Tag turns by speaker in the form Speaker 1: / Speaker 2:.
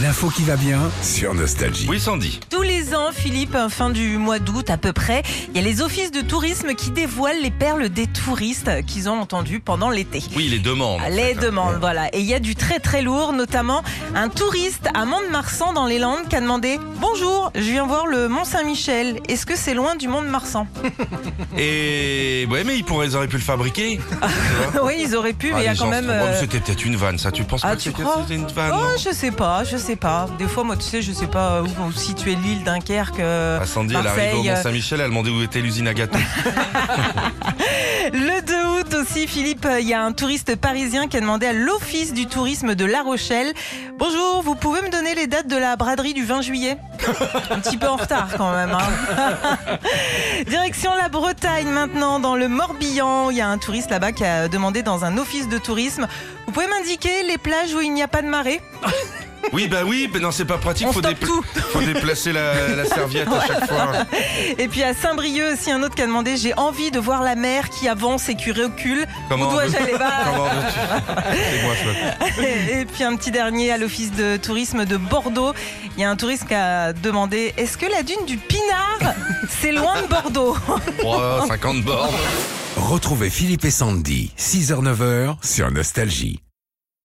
Speaker 1: L'info qui va bien sur Nostalgie.
Speaker 2: Oui, Sandy.
Speaker 3: Tous les ans, Philippe, en fin du mois d'août à peu près, il y a les offices de tourisme qui dévoilent les perles des touristes qu'ils ont entendues pendant l'été.
Speaker 2: Oui, les demandes. en
Speaker 3: Les
Speaker 2: fait, hein.
Speaker 3: demandes, voilà. Et il y a du très très lourd, notamment un touriste à Mont-de-Marsan dans les Landes qui a demandé Bonjour, je viens voir le Mont-Saint-Michel. Est-ce que c'est loin du Mont-de-Marsan
Speaker 2: Et ouais, mais ils pourraient, ils auraient pu le fabriquer.
Speaker 3: Oui, ils auraient pu, mais il y
Speaker 2: Ah,
Speaker 3: a
Speaker 2: les
Speaker 3: quand
Speaker 2: gens
Speaker 3: même.
Speaker 2: se trompent.
Speaker 3: euh,
Speaker 2: C'était peut-être une vanne, ça. Tu penses
Speaker 3: Ah,
Speaker 2: pas que
Speaker 3: tu
Speaker 2: c'était
Speaker 3: crois
Speaker 2: c'était une vanne
Speaker 3: Oh,
Speaker 2: non
Speaker 3: je sais pas, je sais pas. Des fois, moi, tu sais, je sais pas où, où situer l'île Dunkerque. euh,
Speaker 2: Ah, Sandy, elle arrive au
Speaker 3: Marseille, euh,
Speaker 2: Mont-Saint-Michel, elle a demandé où était l'usine à gâteaux.
Speaker 3: Le 2 août aussi, Philippe, euh, il y a un touriste parisien qui a demandé à l'Office du tourisme de La Rochelle Bonjour, vous pouvez me donner les dates de la braderie du 20 juillet Un petit peu en retard quand même. hein. Direction la Bretagne maintenant, dans le Morbihan. Il y a un touriste là-bas qui a demandé dans un office de tourisme Vous pouvez m'indiquer les plages où il n'y a pas de marée
Speaker 2: oui, bah oui, mais non, c'est pas pratique.
Speaker 3: On
Speaker 2: faut,
Speaker 3: stoppe
Speaker 2: dépla-
Speaker 3: tout.
Speaker 2: faut déplacer la, la serviette à chaque fois.
Speaker 3: Et puis à Saint-Brieuc aussi, un autre qui a demandé J'ai envie de voir la mer qui avance et qui recule.
Speaker 2: Comment
Speaker 3: Où dois-je
Speaker 2: veux-
Speaker 3: aller Bah,
Speaker 2: Comment veux-tu C'est moi, je-
Speaker 3: Et et puis un petit dernier à l'office de tourisme de Bordeaux. Il y a un touriste qui a demandé Est-ce que la dune du Pinard, c'est loin de Bordeaux
Speaker 2: Oh, 50 bornes.
Speaker 1: Retrouvez Philippe et Sandy, 6h-9h sur Nostalgie.